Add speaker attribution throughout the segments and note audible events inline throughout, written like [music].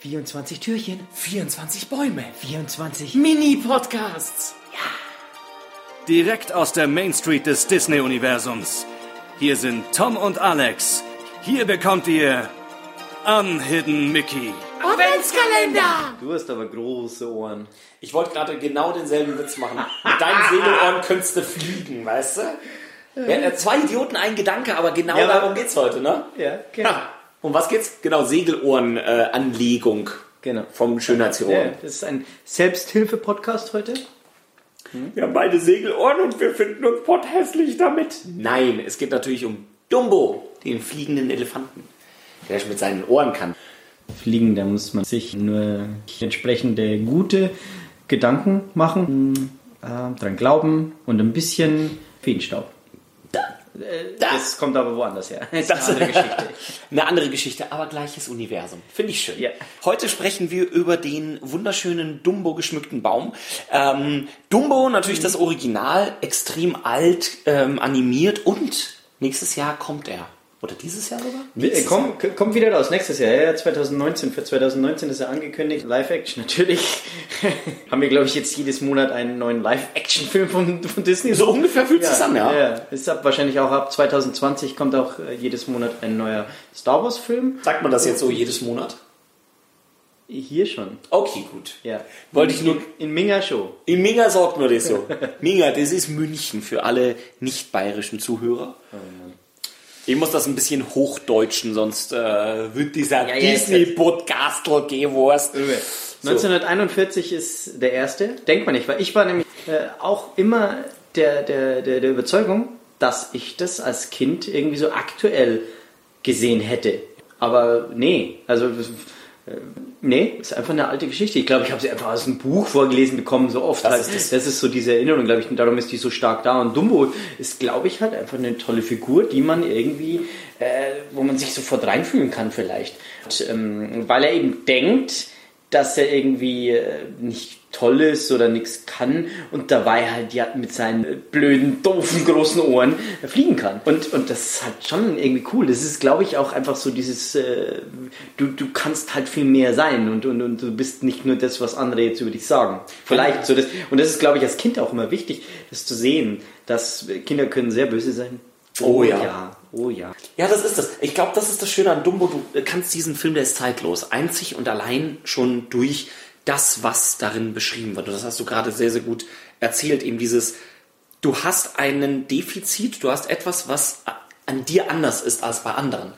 Speaker 1: 24 Türchen,
Speaker 2: 24 Bäume.
Speaker 3: Hm.
Speaker 1: 24
Speaker 2: Mini-Podcasts.
Speaker 4: Direkt aus der Main Street des Disney-Universums. Hier sind Tom und Alex. Hier bekommt ihr Unhidden Mickey.
Speaker 2: Adventskalender.
Speaker 5: Du hast aber große Ohren.
Speaker 3: Ich wollte gerade genau denselben Witz machen. Mit deinen Segelohren könntest du fliegen, weißt du? Ja, äh, zwei Idioten, ein Gedanke, aber genau
Speaker 5: Ja, aber-
Speaker 3: darum geht's heute, ne?
Speaker 5: Ja,
Speaker 3: Ha. Um was geht's? Genau, Segelohrenanlegung.
Speaker 5: Genau.
Speaker 3: Vom
Speaker 5: Ja,
Speaker 3: Schönheitschirurgen.
Speaker 5: das ist ein Selbsthilfe-Podcast heute.
Speaker 3: Wir haben beide Segelohren und wir finden uns potthässlich damit. Nein, es geht natürlich um Dumbo, den fliegenden Elefanten, der schon mit seinen Ohren kann.
Speaker 5: Fliegen, da muss man sich nur entsprechende gute Gedanken machen, äh, dran glauben und ein bisschen Feenstaub.
Speaker 3: Das,
Speaker 5: Das kommt aber woanders her.
Speaker 3: Das [laughs] ist eine andere Geschichte. Eine andere Geschichte, aber gleiches Universum. Finde ich schön.
Speaker 5: Ja.
Speaker 3: Heute sprechen wir über den wunderschönen Dumbo geschmückten Baum. Ähm, Dumbo, natürlich das Original, extrem alt ähm, animiert und nächstes Jahr kommt er. Oder dieses Jahr sogar?
Speaker 5: Äh, Komm, k- kommt wieder raus, nächstes Jahr, ja, ja, 2019. Für 2019 ist er angekündigt. Live-Action, natürlich. [laughs] Haben wir, glaube ich, jetzt jedes Monat einen neuen Live-Action-Film von, von Disney.
Speaker 3: So ungefähr fühlt es
Speaker 5: ja,
Speaker 3: sich an, ja.
Speaker 5: ja. Ist ab, wahrscheinlich auch ab 2020 kommt auch äh, jedes Monat ein neuer Star Wars-Film.
Speaker 3: Sagt man das jetzt so jedes Monat?
Speaker 5: Hier schon,
Speaker 3: Okay, gut.
Speaker 5: ja.
Speaker 3: Wollte ich nur.
Speaker 5: In Minga Show.
Speaker 3: In Minga sagt man das so. [laughs] Minga, das ist München für alle nicht-bayerischen Zuhörer. Ich muss das ein bisschen hochdeutschen, sonst äh, wird dieser
Speaker 5: ja,
Speaker 3: Disney-Podcastel gewurst.
Speaker 5: 1941 ist der erste. Denkt man nicht, weil ich war nämlich äh, auch immer der, der, der, der Überzeugung, dass ich das als Kind irgendwie so aktuell gesehen hätte. Aber nee, also äh, nee, ist einfach eine alte Geschichte. Ich glaube, ich habe sie einfach aus einem Buch vorgelesen bekommen, so oft.
Speaker 3: Das
Speaker 5: halt.
Speaker 3: ist es.
Speaker 5: das ist so diese Erinnerung, glaube ich, und darum ist die so stark da. Und Dumbo ist, glaube ich, halt einfach eine tolle Figur, die man irgendwie, äh, wo man sich sofort reinfühlen kann vielleicht. Und, ähm, weil er eben denkt, dass er irgendwie äh, nicht toll ist oder nichts kann und dabei halt ja mit seinen äh, blöden, doofen, großen Ohren äh, fliegen kann. Und, und das ist halt schon irgendwie cool. Das ist, glaube ich, auch einfach so dieses, äh, du, du kannst halt viel mehr sein und, und, und du bist nicht nur das, was andere jetzt über dich sagen. Vielleicht so das. Und das ist, glaube ich, als Kind auch immer wichtig, das zu sehen, dass Kinder können sehr böse sein.
Speaker 3: Oh ja.
Speaker 5: Oh ja.
Speaker 3: Ja, das ist das. Ich glaube, das ist das Schöne an Dumbo. Du kannst diesen Film, der ist zeitlos. Einzig und allein schon durch das, was darin beschrieben wird. Und das hast du gerade sehr, sehr gut erzählt. Eben dieses, du hast einen Defizit, du hast etwas, was a- an dir anders ist als bei anderen.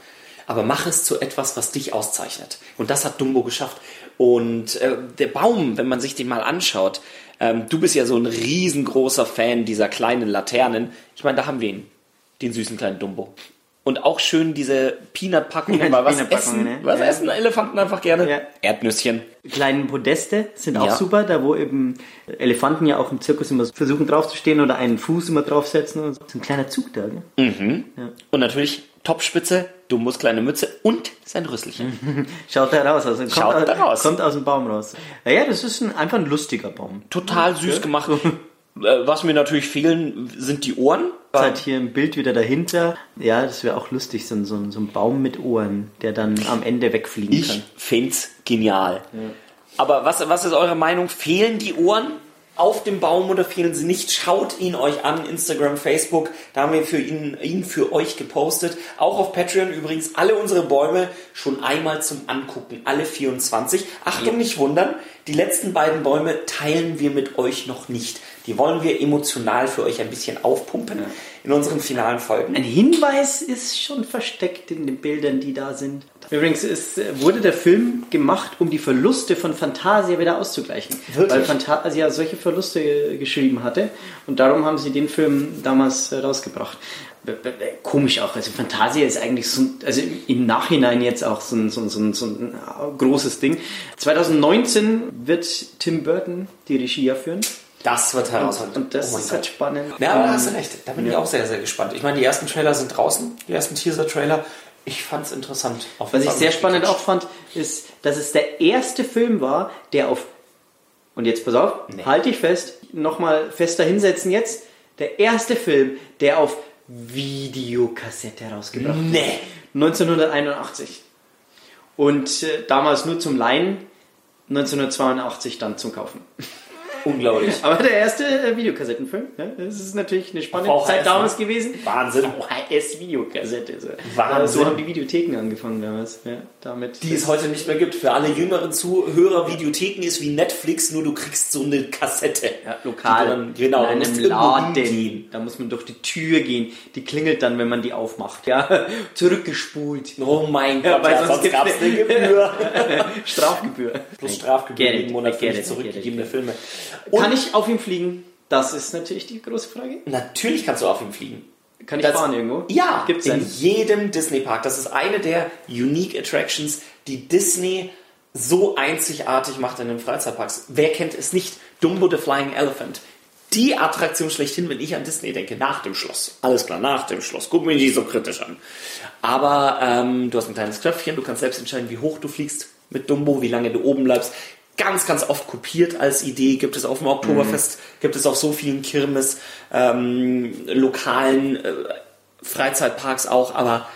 Speaker 3: Aber mach es zu etwas, was dich auszeichnet. Und das hat Dumbo geschafft. Und äh, der Baum, wenn man sich den mal anschaut, ähm, du bist ja so ein riesengroßer Fan dieser kleinen Laternen. Ich meine, da haben wir ihn, den süßen kleinen Dumbo. Und auch schön diese Peanut-Packung,
Speaker 5: Ja, die
Speaker 3: weil was
Speaker 5: Peanut-Packung,
Speaker 3: essen,
Speaker 5: ne?
Speaker 3: was
Speaker 5: Ja.
Speaker 3: essen Elefanten einfach gerne?
Speaker 5: Ja.
Speaker 3: Erdnüsschen.
Speaker 5: kleinen Podeste sind auch
Speaker 3: Ja.
Speaker 5: super, da wo eben Elefanten ja auch im Zirkus immer versuchen draufzustehen oder einen Fuß immer draufsetzen und so. So ein kleiner Zug da, gell?
Speaker 3: Und natürlich Topspitze, Dumbos kleine Mütze und sein Rüsselchen.
Speaker 5: Schaut da raus, also kommt,
Speaker 3: Schaut
Speaker 5: aus,
Speaker 3: da raus.
Speaker 5: kommt aus dem Baum raus. Naja, das ist ein, einfach ein lustiger Baum.
Speaker 3: Total süß gemacht. Äh, Was mir natürlich fehlen, sind die Ohren.
Speaker 5: Ist halt hier im Bild wieder dahinter. Ja, das wäre auch lustig, so, ein- so, ein- so ein Baum mit Ohren, der dann am Ende wegfliegen
Speaker 3: Ich
Speaker 5: kann.
Speaker 3: find's genial. Aber was, was ist eure Meinung? Fehlen die Ohren auf dem Baum oder fehlen sie nicht? Schaut ihn euch an, Instagram, Facebook. Da haben wir für ihn, ihn für euch gepostet. Auch auf Patreon übrigens alle unsere Bäume schon einmal zum Angucken. Alle 24. Achtung, nicht wundern. Die letzten beiden Bäume teilen wir mit euch noch nicht. Die wollen wir emotional für euch ein bisschen aufpumpen in unseren finalen Folgen.
Speaker 5: Ein Hinweis ist schon versteckt in den Bildern, die da sind. Übrigens ist, äh, wurde der Film gemacht, um die Verluste von Fantasia wieder auszugleichen.
Speaker 3: Wirklich?
Speaker 5: Weil Fantasia solche Verluste äh, geschrieben hatte. Und darum haben sie den Film damals äh, rausgebracht. B- b- b- Komisch auch. Also Fantasia ist eigentlich so, ein- also im- im Nachhinein jetzt auch so ein, so, ein, so, ein, so ein äh, großes Ding. 2019 wird Tim Burton die Regie ja führen.
Speaker 3: Das wird herausfordernd.
Speaker 5: Und das
Speaker 3: mein
Speaker 5: ist
Speaker 3: Gott.
Speaker 5: halt spannend.
Speaker 3: Ja, aber da hast du recht. Da bin ich auch sehr, sehr gespannt. Ich meine, die ersten Trailer sind draußen, die ersten Teaser-Trailer. Ich fand's interessant. Auf
Speaker 5: Was
Speaker 3: jeden
Speaker 5: ich
Speaker 3: Fall
Speaker 5: sehr
Speaker 3: nicht
Speaker 5: spannend auch
Speaker 3: geklatscht.
Speaker 5: fand, ist, dass es der erste Film war, der auf, und jetzt pass auf, halte ich fest, nochmal fester hinsetzen jetzt, der erste Film, der auf
Speaker 3: Mhm.
Speaker 5: Videokassette rausgebracht wurde.
Speaker 3: Nee.
Speaker 5: 1981. Und äh, damals nur zum Leihen, 1982 dann zum Kaufen.
Speaker 3: Unglaublich.
Speaker 5: Aber der erste äh, Videokassettenfilm, ne? das ist natürlich eine spannende
Speaker 3: Auf VHS,
Speaker 5: Zeit damals
Speaker 3: ne?
Speaker 5: gewesen.
Speaker 3: Wahnsinn.
Speaker 5: VHS-Videokassette. So.
Speaker 3: Wahnsinn.
Speaker 5: So haben die Videotheken angefangen damals. Ja, damit
Speaker 3: die es heute nicht mehr gibt. Für alle jüngeren Zuhörer, Videotheken ist wie Netflix, nur du kriegst so eine Kassette.
Speaker 5: Ja,
Speaker 3: Die
Speaker 5: lokal.
Speaker 3: du dann- genau,
Speaker 5: in
Speaker 3: musst
Speaker 5: einem
Speaker 3: irgendwo
Speaker 5: Laden.
Speaker 3: hingehen.
Speaker 5: Da muss man durch die Tür gehen. Die klingelt dann, wenn man die aufmacht. Ja, [laughs] zurückgespult. [laughs]
Speaker 3: Oh mein Gott,
Speaker 5: Ja, weil
Speaker 3: ja,
Speaker 5: sonst
Speaker 3: sonst
Speaker 5: gibt's
Speaker 3: gab es eine
Speaker 5: [laughs]
Speaker 3: Gebühr.
Speaker 5: Strafgebühr.
Speaker 3: Plus Strafgebühr
Speaker 5: Get it,
Speaker 3: jeden Monat für
Speaker 5: get
Speaker 3: nicht
Speaker 5: it,
Speaker 3: zurückgegebene
Speaker 5: get it.
Speaker 3: Filme.
Speaker 5: Kann ich auf ihm fliegen? Das ist natürlich die große Frage.
Speaker 3: Natürlich kannst du auf ihm fliegen.
Speaker 5: Kann ich
Speaker 3: Das-
Speaker 5: fahren irgendwo?
Speaker 3: Ja,
Speaker 5: Gibt's
Speaker 3: in
Speaker 5: einen?
Speaker 3: jedem Disney-Park. Das ist eine der Unique Attractions, die Disney so einzigartig macht in den Freizeitparks. Wer kennt es nicht? Dumbo the Flying Elephant. Die Attraktion schlechthin, wenn ich an Disney denke, nach dem Schloss. Alles klar, nach dem Schloss. Guck mir nicht so kritisch an. Aber ähm, du hast ein kleines Knöpfchen, du kannst selbst entscheiden, wie hoch du fliegst mit Dumbo, wie lange du oben bleibst. Ganz, ganz oft kopiert als Idee. Gibt es auf dem Oktoberfest, gibt es auf so vielen Kirmes, ähm, lokalen äh, Freizeitparks auch, aber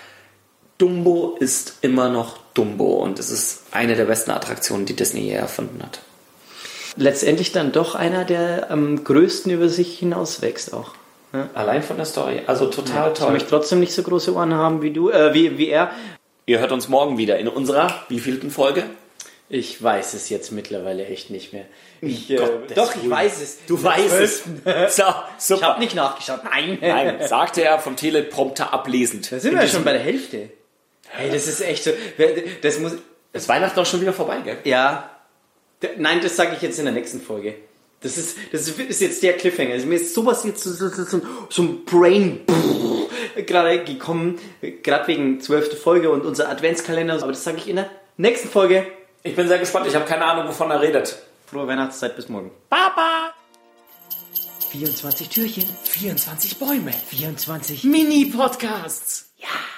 Speaker 3: Dumbo ist immer noch Dumbo und es ist eine der besten Attraktionen, die Disney je erfunden hat.
Speaker 5: Letztendlich dann doch einer, der am größten über sich hinauswächst auch.
Speaker 3: Allein von der Story, also total
Speaker 5: Ich
Speaker 3: toll.
Speaker 5: möchte trotzdem nicht so große Ohren haben wie du, äh, wie, wie er.
Speaker 3: Ihr hört uns morgen wieder in unserer wievielten Folge?
Speaker 5: Ich weiß es jetzt mittlerweile echt nicht mehr. Ich, äh,
Speaker 3: Gottes
Speaker 5: doch, ich
Speaker 3: Willen.
Speaker 5: weiß es.
Speaker 3: Du weißt es. So, super.
Speaker 5: Ich habe nicht nachgeschaut. Nein.
Speaker 3: Nein, sagte er vom Teleprompter ablesend.
Speaker 5: Da sind wir ja schon bei der Hälfte. Hey, das ist echt so. wer- Das muss.
Speaker 3: Ist Weihnachten doch schon wieder vorbei, gell?
Speaker 5: Ja. D- Nein, das sage ich jetzt in der nächsten Folge. Das ist, das ist jetzt der Cliffhanger. Also mir ist sowas jetzt so, so, so, so ein- so ein Brain gerade gekommen, gerade wegen 12. Folge und unser Adventskalender. Aber das sage ich in der nächsten Folge.
Speaker 3: Ich bin sehr gespannt, ich habe keine Ahnung, wovon er redet.
Speaker 5: Frohe Weihnachtszeit, bis morgen.
Speaker 2: 24 Türchen, 24 Bäume, 24 Mini-Podcasts.
Speaker 5: Ja.